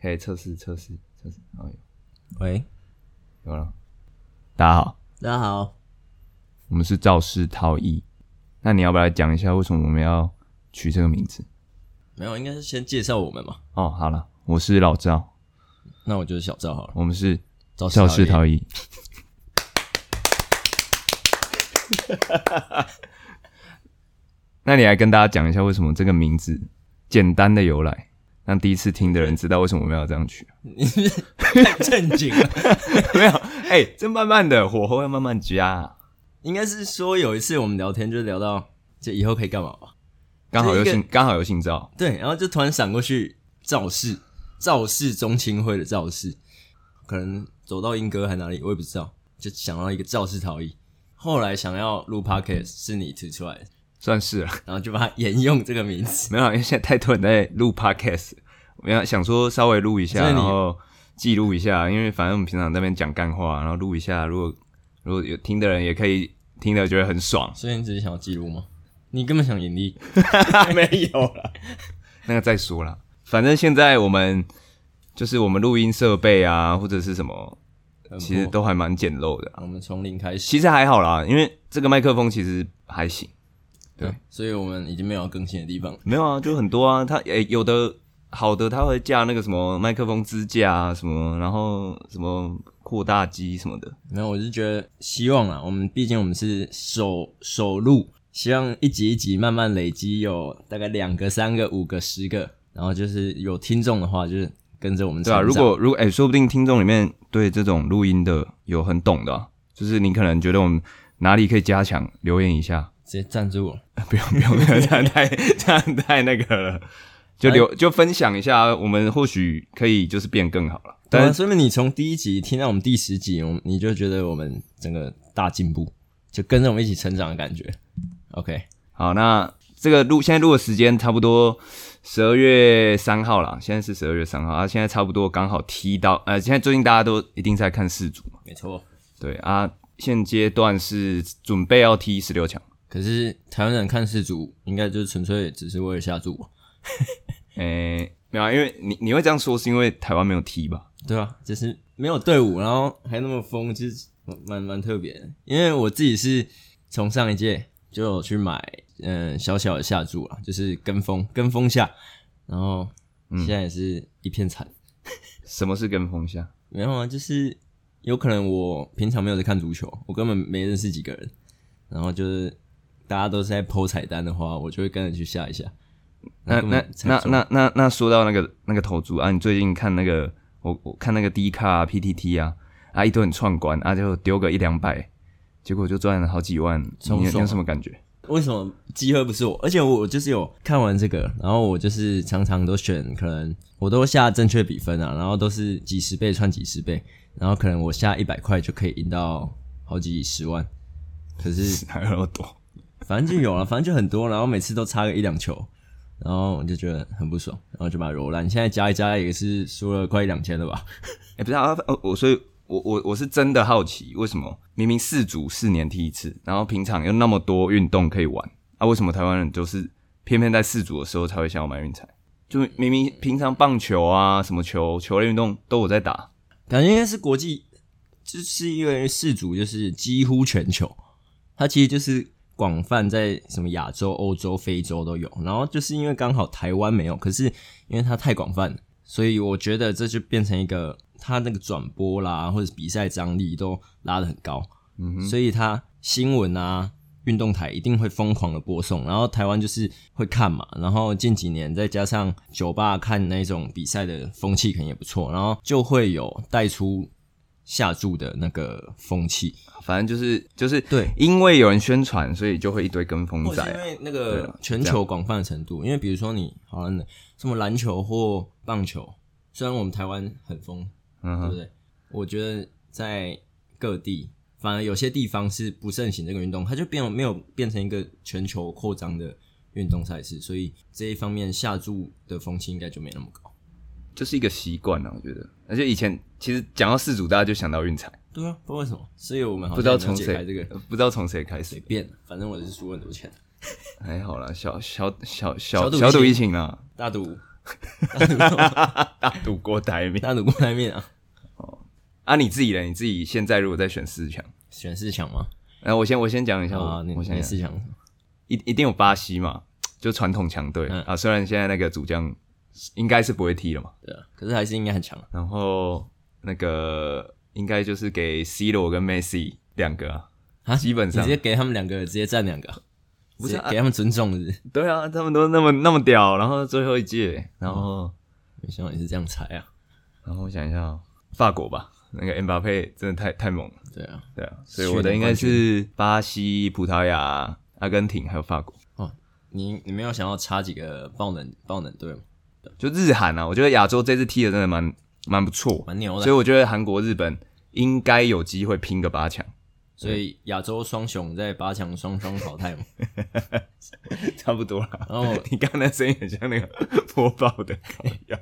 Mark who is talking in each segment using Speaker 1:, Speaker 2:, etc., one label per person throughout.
Speaker 1: 可以测试测试测试。哦，
Speaker 2: 喂，
Speaker 1: 有有了。大家好，
Speaker 2: 大家好，
Speaker 1: 我们是肇事逃逸。那你要不要来讲一下为什么我们要取这个名字？
Speaker 2: 没有，应该是先介绍我们嘛。
Speaker 1: 哦，好了，我是老赵，
Speaker 2: 那我就是小赵好了。
Speaker 1: 我们是
Speaker 2: 肇
Speaker 1: 肇事
Speaker 2: 事逃
Speaker 1: 逃
Speaker 2: 逸，
Speaker 1: 逸。那你来跟大家讲一下为什么这个名字简单的由来，让第一次听的人知道为什么我们要这样取。
Speaker 2: 太正经了。
Speaker 1: 没有，哎、这慢慢的火候要慢慢加、啊
Speaker 2: 应该是说有一次我们聊天就聊到，就以后可以干嘛吧？
Speaker 1: 刚好又
Speaker 2: 这一个
Speaker 1: 姓刚好又姓赵，
Speaker 2: 对，然后就突然闪过去赵氏，赵氏中青会的赵氏，可能走到英歌还哪里，我也不知道，就想到一个赵氏逃逸。后来想要录 podcast 是你提出来的，
Speaker 1: 算是了。
Speaker 2: 然后就把它沿用这个名字。
Speaker 1: 没有，因为现在太多人在录 podcast，我们要想说稍微录一下，
Speaker 2: 所以你
Speaker 1: 然后记录一下，因为反正我们平常在那边讲干话，然后录一下，如果如果有听的人也可以听的觉得很爽，
Speaker 2: 所以你只是想要记录吗？你根本想 盈利，没有啦。
Speaker 1: 那个再说啦。反正现在我们就是我们录音设备啊，或者是什么，其实都还蛮简陋的啊。
Speaker 2: 我们从零开始，
Speaker 1: 其实还好啦，因为这个麦克风其实还行。对，
Speaker 2: 所以我们已经没有要更新的地方。
Speaker 1: 没有啊，就很多啊。它诶、有的好的，它会架那个什么麦克风支架啊，什么，然后什么扩大机什么的。
Speaker 2: 没有，我是觉得希望啊啦，我们毕竟我们是首首录，希望一集一集慢慢累积，有大概两个、三个、五个、十个，然后就是有听众的话，就是跟着我们
Speaker 1: 对啊，
Speaker 2: 成
Speaker 1: 如
Speaker 2: 长
Speaker 1: 果如果诶、说不定听众里面对这种录音的有很懂的啊、就是你可能觉得我们哪里可以加强，留言一下。
Speaker 2: 直接赞助我，
Speaker 1: 不用不用，不用这样太这样太那个了。就留就分享一下，我们或许可以就是变更好了。
Speaker 2: 对啊，
Speaker 1: 但
Speaker 2: 说明你从第一集听到我们第十集，我们你就觉得我们整个大进步，就跟着我们一起成长的感觉。OK，
Speaker 1: 好，那这个录现在录的时间差不多十二月三号啦，现在是十二月三号啊，现在差不多刚好踢到呃，现在最近大家都一定在看世足嘛，
Speaker 2: 没错。
Speaker 1: 对啊，现阶段是准备要踢十六强，
Speaker 2: 可是台湾人看世足，应该就纯粹只是为了下注吧？
Speaker 1: 诶、没有、啊，因为你你会这样说是因为台湾没有踢吧？
Speaker 2: 对啊，就是没有队伍，然后还那么疯，就是蛮蛮特别的。因为我自己是从上一届就有去买，嗯，小小的下注啊，就是跟风跟风下，然后现在也是一片惨。
Speaker 1: 什么是跟风下？
Speaker 2: 没有啊，就是有可能我平常没有在看足球，我根本没认识几个人，然后就是大家都是在剖彩单的话，我就会跟着去下一下。
Speaker 1: 那
Speaker 2: 然后
Speaker 1: 那
Speaker 2: 根本
Speaker 1: 那
Speaker 2: 猜不中
Speaker 1: 那那那说到那个那个投注啊，你最近看那个我我看那个 D 卡、啊、PTT 啊，啊一顿闯关啊，就丢个一两百，结果就赚了好几万，你
Speaker 2: 超
Speaker 1: 有你
Speaker 2: 爽
Speaker 1: 有
Speaker 2: 啊
Speaker 1: 什么感觉？
Speaker 2: 为什么机会不是我？而且我就是有看完这个，然后我就是常常都选，可能我都下正确比分啊，然后都是几十倍串几十倍，然后可能哎我下一百块就可以赢到好几十万，可是
Speaker 1: 哪有那么多？
Speaker 2: 反正就有了，反正就很多，然后每次都差个一两球，然后我就觉得很不爽，然后就把它揉烂。现在加一加也是输了快一两千了吧？
Speaker 1: 哎、不是啊，呃我所以，我我我是真的好奇，为什么明明四组四年踢一次，然后平常有那么多运动可以玩啊，为什么台湾人就是偏偏在四组的时候才会想要买运彩？就明明平常棒球啊、什么球、球类运动都有在打，
Speaker 2: 感觉应该是国际，就是因为世足就是几乎全球，它其实就是广泛在什么亚洲、欧洲、非洲都有。然后就是因为刚好台湾没有，可是因为它太广泛了，所以我觉得这就变成一个它那个转播啦，或者是比赛张力都拉得很高，
Speaker 1: 嗯哼，
Speaker 2: 所以它新闻啊。运动台一定会疯狂的播送，然后台湾就是会看嘛，然后近几年再加上酒吧看那种比赛的风气可能也不错，然后就会有带出下注的那个风气，
Speaker 1: 反正就是就是
Speaker 2: 对
Speaker 1: 因为有人宣传，所以就会一堆跟风
Speaker 2: 或
Speaker 1: 仔
Speaker 2: 者是
Speaker 1: 啊、
Speaker 2: 因为那
Speaker 1: 对
Speaker 2: 个
Speaker 1: 啊
Speaker 2: 全球广泛的程度，因为比如说你好像什么篮球或棒球，虽然我们台湾很疯，
Speaker 1: 嗯
Speaker 2: 对
Speaker 1: 哼，
Speaker 2: 不对？我觉得在各地，反而有些地方是不盛行这个运动，它就变没有变成一个全球扩张的运动赛事，所以这一方面下注的风气应该就没那么高。
Speaker 1: 就是一个习惯啊，我觉得。而且以前其实讲到四组，大家就想到运彩，
Speaker 2: 对啊，不知道为什么，所以我们好像
Speaker 1: 不知道
Speaker 2: 也没有
Speaker 1: 从
Speaker 2: 解开
Speaker 1: 谁
Speaker 2: 这个
Speaker 1: 不知道从谁开始
Speaker 2: 随。便，反正我是输很多钱，啊
Speaker 1: 还好啦，小小小小
Speaker 2: 小赌
Speaker 1: 小赌
Speaker 2: 怡
Speaker 1: 怡
Speaker 2: 情
Speaker 1: 情啦，
Speaker 2: 大赌
Speaker 1: 大赌锅台面。
Speaker 2: 大赌锅台面啊，
Speaker 1: 啊，你自己呢？你自己现在如果再选四强，
Speaker 2: 选四强吗？
Speaker 1: 然后我先我先讲一下我，
Speaker 2: 啊，你
Speaker 1: 我
Speaker 2: 你
Speaker 1: 先
Speaker 2: 四强，
Speaker 1: 一一定有巴西嘛，就传统强队、
Speaker 2: 嗯
Speaker 1: 啊。虽然现在那个主将应该是不会踢了嘛，
Speaker 2: 对啊，可是还是应该很强啊。
Speaker 1: 然后那个应该就是给 C 罗跟 Messi 两个啊，
Speaker 2: 啊
Speaker 1: 基本
Speaker 2: 你
Speaker 1: 上
Speaker 2: 直接给他们两个，直接占两个啊，
Speaker 1: 不
Speaker 2: 直
Speaker 1: 是
Speaker 2: 接
Speaker 1: 啊
Speaker 2: 给他们尊重是不是？
Speaker 1: 对啊，他们都那么那么屌，然后最后一届，然后、
Speaker 2: 嗯没想到你是这样猜啊，
Speaker 1: 然后我想一下、哦，法国吧，那个 Mbappe 真的太太猛了，
Speaker 2: 对啊，
Speaker 1: 对啊，所以我的应该是巴西、葡萄牙、阿根廷还有法国，
Speaker 2: 你你没有想要插几个爆冷爆冷队吗？
Speaker 1: 就日韩啊，我觉得亚洲这次踢的真的蛮蛮不错，
Speaker 2: 蛮牛
Speaker 1: 所
Speaker 2: 的
Speaker 1: 以，我觉得韩国、日本应该有机会拼个八强，
Speaker 2: 所以亚洲双雄在八强双双淘汰 嘛。
Speaker 1: 差不多啦。
Speaker 2: 然后
Speaker 1: 你刚才声音很像那个播报的一样，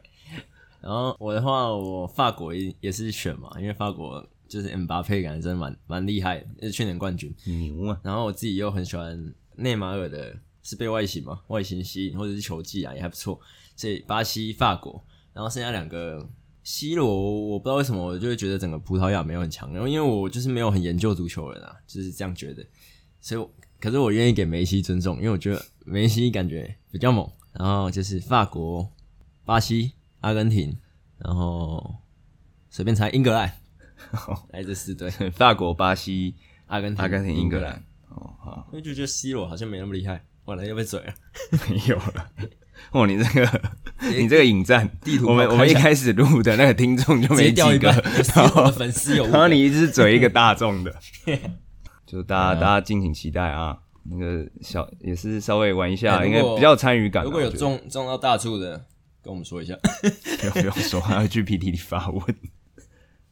Speaker 2: 然后我的话，我法国也也是选嘛，因为法国就是 M 巴佩感觉真的蛮蛮厉害的，是去年冠军。
Speaker 1: 牛啊！
Speaker 2: 然后我自己又很喜欢内马尔的，是被外形嘛，外形吸引或者是球技啊也还不错，所以巴西、法国，然后剩下两个。C 罗，我不知道为什么，我就会觉得整个葡萄牙没有很强，然后因为我就是没有很研究足球人啊，就是这样觉得，所以我可是我愿意给梅西尊重，因为我觉得梅西感觉比较猛，然后就是法国、巴西、阿根廷，然后随便猜英格兰，来这四队，
Speaker 1: 法国、巴西、
Speaker 2: 阿根廷、
Speaker 1: 阿根廷、英格
Speaker 2: 兰。
Speaker 1: 兰，哦，好，
Speaker 2: 因为就觉得 C 罗好像没那么厉害，完了又被嘴了。
Speaker 1: 没有了。哦，你这个，你这个引战地
Speaker 2: 图炮
Speaker 1: 我们我们一
Speaker 2: 开起
Speaker 1: 开始
Speaker 2: 来
Speaker 1: 录的那个听众就
Speaker 2: 直接
Speaker 1: 没
Speaker 2: 掉
Speaker 1: 几
Speaker 2: 一
Speaker 1: 个
Speaker 2: 半，，C 罗的粉丝有五
Speaker 1: 然后
Speaker 2: 个，
Speaker 1: 你一直嘴一个大众 的，就大家大家敬请期待啊。那个小也是稍微玩一下，
Speaker 2: 哎
Speaker 1: 应
Speaker 2: 如
Speaker 1: 该
Speaker 2: 果
Speaker 1: 比较有参与感啊。
Speaker 2: 如果有
Speaker 1: 我觉得
Speaker 2: 中中到大柱的，跟我们说一下。
Speaker 1: 不用不用说，还要去 PT 里发问。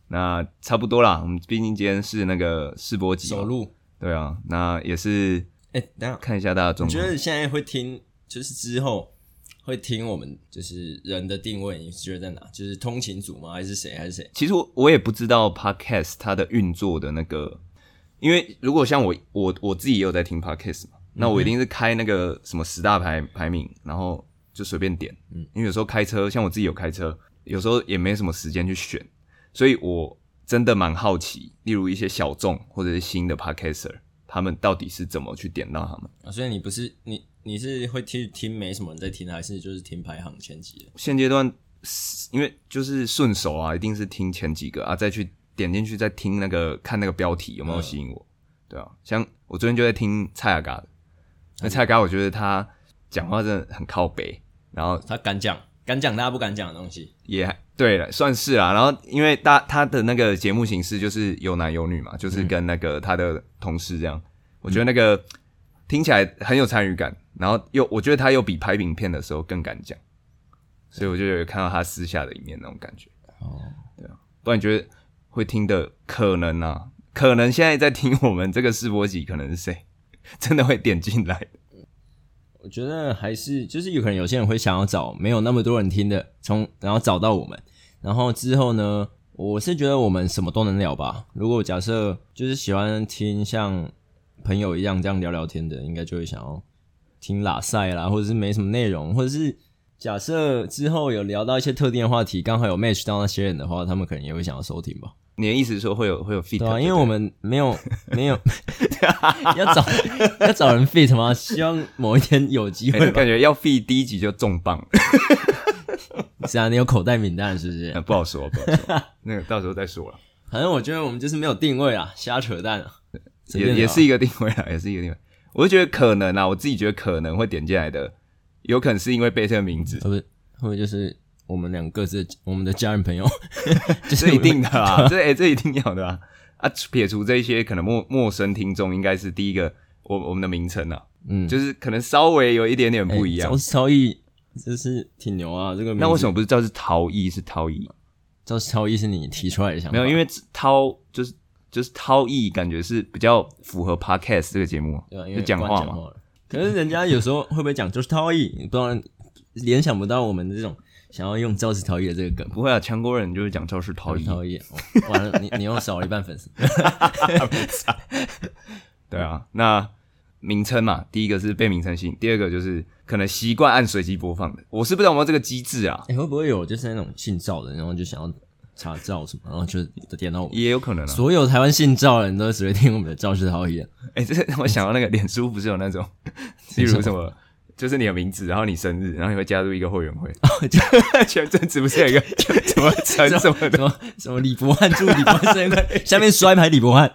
Speaker 1: 那差不多啦，我们毕竟今天是那个试播集嘛，
Speaker 2: 走路，
Speaker 1: 对啊，那也是
Speaker 2: 哎、等一下，
Speaker 1: 看一下大家的
Speaker 2: 我
Speaker 1: 状
Speaker 2: 觉
Speaker 1: 况。
Speaker 2: 得现在会听，就是之后会听我们就是人的定位，你觉得在哪？就是通勤组吗？还是谁？还是谁？
Speaker 1: 其实我我也不知道 podcast 它的运作的那个，因为如果像我我我自己也有在听 podcast 嘛，那我一定是开那个什么十大排排名，然后就随便点，嗯，因为有时候开车，像我自己有开车，有时候也没什么时间去选，所以我真的蛮好奇，例如一些小众或者是新的 podcaster，他们到底是怎么去点到他们？
Speaker 2: 啊，所以你不是你你是会听听没什么人在听的，还是就是听排行前几的？
Speaker 1: 现阶段因为就是顺手啊，一定是听前几个啊，再去点进去再听那个看那个标题有没有吸引我，对啊，像我昨天就在听蔡雅嘎的，那蔡雅嘎我觉得他讲话真的很靠北，然后
Speaker 2: 他敢讲，敢讲大家不敢讲的东西。
Speaker 1: 也对了，算是啊啦、然后因为大他的那个节目形式就是有男有女嘛，就是
Speaker 2: 嗯
Speaker 1: 跟那个他的同事这样，我觉得那个听起来很有参与感，然后又我觉得他又比拍影片的时候更敢讲，所以我就有看到他私下的一面那种感觉。
Speaker 2: 哦，
Speaker 1: 不然你觉得会听的可能啊，可能现在在听我们这个试播集，可能是谁 真的会点进来？
Speaker 2: 我觉得还是就是有可能有些人会想要找没有那么多人听的，从然后找到我们，然后之后呢，我是觉得我们什么都能聊吧。如果假设就是喜欢听像朋友一样这样聊聊天的，应该就会想要听拉塞啦，或者是没什么内容，或者是假设之后有聊到一些特定的话题，刚好有 match 到那些人的话，他们可能也会想要收听吧。
Speaker 1: 你的意思是说会有会有 fit？
Speaker 2: 对啊，
Speaker 1: 就
Speaker 2: 因为我们没有没有 要找要找人 fit 吗？希望某一天有机
Speaker 1: 哎
Speaker 2: 会吧。
Speaker 1: 感觉要 fit 第一集就重磅，
Speaker 2: 是啊，你有口袋名单是不是？
Speaker 1: 不好说，不好说，那个到时候再说了。
Speaker 2: 反正我觉得我们就是没有定位啊，瞎扯淡啊。随
Speaker 1: 也
Speaker 2: 便聊
Speaker 1: 也是一个定位啦，啊 也是一个定位。我就觉得可能啊，我自己觉得可能会点进来的，有可能是因为被这个名字，
Speaker 2: 会不会会不会就是我们两个各自的我们的家人 朋友，就
Speaker 1: 这
Speaker 2: 是
Speaker 1: 一定的啊，这哎、这一定要的啊。啊，撇除这些可能陌陌生听众，应该是第一个我我们的名称啊，
Speaker 2: 嗯
Speaker 1: 就是可能稍微有一点点
Speaker 2: 哎
Speaker 1: 不一样
Speaker 2: 赵。超毅就是挺牛啊，这个
Speaker 1: 那为什
Speaker 2: 么
Speaker 1: 么不是叫是陶艺是陶艺？
Speaker 2: 嗯赵超毅是你提出来的想
Speaker 1: 没
Speaker 2: 法？
Speaker 1: 有，因
Speaker 2: 为
Speaker 1: 为涛就是就是涛艺，感觉是比较符合 podcast 这个节目，啊
Speaker 2: 对吧？因
Speaker 1: 就
Speaker 2: 为
Speaker 1: 讲话
Speaker 2: 嘛
Speaker 1: 嘛。
Speaker 2: 了。可是人家有时候会不会讲就是超毅，你不知道联想不到我们这种想要用赵氏超毅的这个梗。
Speaker 1: 不会啊，全国人就是讲就是陶艺，
Speaker 2: 超毅，哦完了，你你又少了一半粉丝。
Speaker 1: 对啊，那名称嘛，第一个是被名称吸引，第二个就是可能习惯按随机播放的。我是不知道有没有这个机制啊，
Speaker 2: 哎、会不会有就是那种信照的，然后就想要查照什么，然后就点到我们？
Speaker 1: 也有可能啊。
Speaker 2: 所有台湾信照的人都只会听我们的赵世涛一样，
Speaker 1: 哎、这让我想到那个脸书不是有那 种，例 如什么，就是你的名字，然后你生日，然后你会加入一个会员会，
Speaker 2: 哦
Speaker 1: 全阵子不是有一 个什么陈什么
Speaker 2: 什
Speaker 1: 的，
Speaker 2: 么什么李博翰祝李博翰生日快乐，下面摔牌李博翰，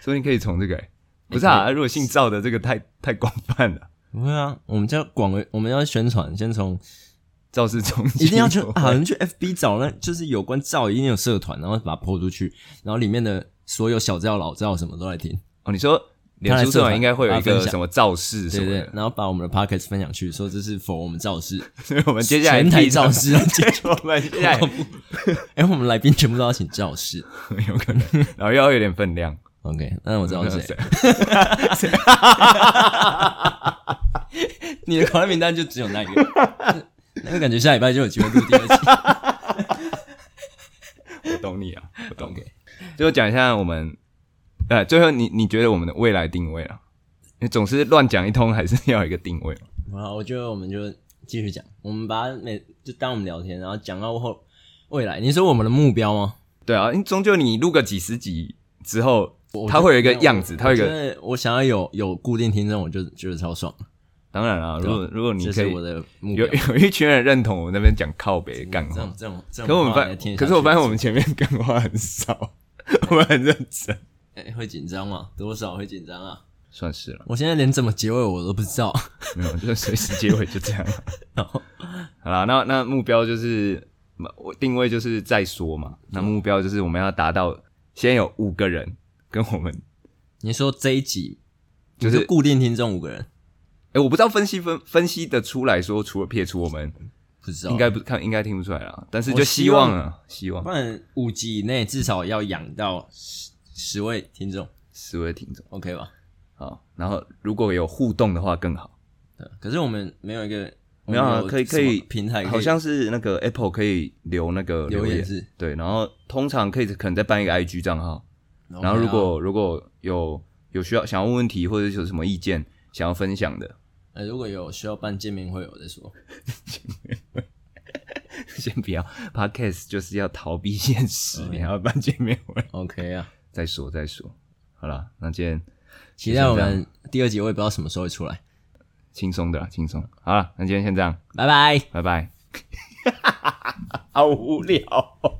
Speaker 1: 所以你可以从这个、欸，不是
Speaker 2: 哎
Speaker 1: 啊？如果姓赵的这个太太广泛了，
Speaker 2: 不会啊，我们叫广为，我们要宣传，先从
Speaker 1: 赵氏哦宗
Speaker 2: 一 定要去
Speaker 1: 去
Speaker 2: 啊，我们去 FB 找那，就是有关照一定有社团，然后把它抛出去，然后里面的所有小赵老赵什么都来听，
Speaker 1: 哦。你说脸书社团应该会有一
Speaker 2: 大家
Speaker 1: 个
Speaker 2: 啊分享
Speaker 1: 什么赵氏什
Speaker 2: 对
Speaker 1: 么
Speaker 2: 不对
Speaker 1: 的，？
Speaker 2: 然后把我们的 podcast 分享去，说这是否我们赵氏，
Speaker 1: 所 以我们接下来
Speaker 2: 全台
Speaker 1: 提倡
Speaker 2: 赵，氏要 接
Speaker 1: 我们 接下来
Speaker 2: 哎、我们来宾全部都要请赵氏。
Speaker 1: 有可能，然后又要有点分量，
Speaker 2: OK，那我
Speaker 1: 哦
Speaker 2: 知道是谁。你的考虑名单就只有那一个， 那个感觉下礼拜就有机会录第二期。
Speaker 1: 我懂你啊，我懂你。最后讲一下我们，呃，最后你你觉得我们的未来定位啊？你总是乱讲一通，还是要有一个定位嘛？
Speaker 2: 好，啊我觉得我们就继续讲，我们把它每就当我们聊天，然后讲到后未来。你说我们的目标吗？
Speaker 1: 对啊，因为终究你录个几十集之后
Speaker 2: 我，
Speaker 1: 它会有一个样子，它会有一个。
Speaker 2: 个，我想要有有固定听众，我就觉得超爽。
Speaker 1: 当然啊，如果如果你
Speaker 2: 这
Speaker 1: 可
Speaker 2: 是
Speaker 1: 以
Speaker 2: 我的目
Speaker 1: 有
Speaker 2: 标。
Speaker 1: 有 一群人认同我那边讲靠北干
Speaker 2: 这
Speaker 1: 话
Speaker 2: 种，这种这种话，
Speaker 1: 可我们
Speaker 2: 来
Speaker 1: 发
Speaker 2: 听，下
Speaker 1: 可是我
Speaker 2: 去
Speaker 1: 发现我们前面干话很少， 我们很认真，
Speaker 2: 哎会紧张吗？多少会紧张啊！
Speaker 1: 算是了，
Speaker 2: 我现在连怎么结尾我都不知道。
Speaker 1: 没有，就是随时结尾就 这样。哦好啦，那那目标就是我定位就是再说嘛。那目标就是我们要达到先有五个人跟我们，
Speaker 2: 你说这一集
Speaker 1: 就
Speaker 2: 就是是固定听众五个人，
Speaker 1: 诶、我不知道分析分分析的出来说，除了撇除我们，
Speaker 2: 不知道
Speaker 1: 应该不看应该听不出来啦。但是就
Speaker 2: 我
Speaker 1: 希
Speaker 2: 希
Speaker 1: 望
Speaker 2: 望
Speaker 1: 啊，希望
Speaker 2: 不然五集以内至少要养到十十位听众
Speaker 1: 十位听众
Speaker 2: ，OK 吧？
Speaker 1: 好。然后如果有互动的话更好，
Speaker 2: 对，可是我们没有一个
Speaker 1: 没有啊
Speaker 2: 我们
Speaker 1: 可以可以
Speaker 2: 什么平台可
Speaker 1: 哎
Speaker 2: 以
Speaker 1: 好像是那个 Apple 可以留那个
Speaker 2: 留
Speaker 1: 留
Speaker 2: 言
Speaker 1: 言，
Speaker 2: 是，
Speaker 1: 对。然后通常可以可能再办一个 IG 账号，然后如果如果有有需要想要问问题或者是有什么意见想要分享的，
Speaker 2: 呃如果有需要办见面会，我再说。
Speaker 1: 先不要。Podcast 就是要逃避现实，你还要办见面会
Speaker 2: OK 啊，
Speaker 1: 再说再说。好啦，那今天
Speaker 2: 期待我
Speaker 1: 就先
Speaker 2: 们第二集，我也不知道什么时候会出来。
Speaker 1: 轻松的啦，轻松。好啦，那今天先这样，
Speaker 2: 拜拜。
Speaker 1: 拜拜。好无聊哦、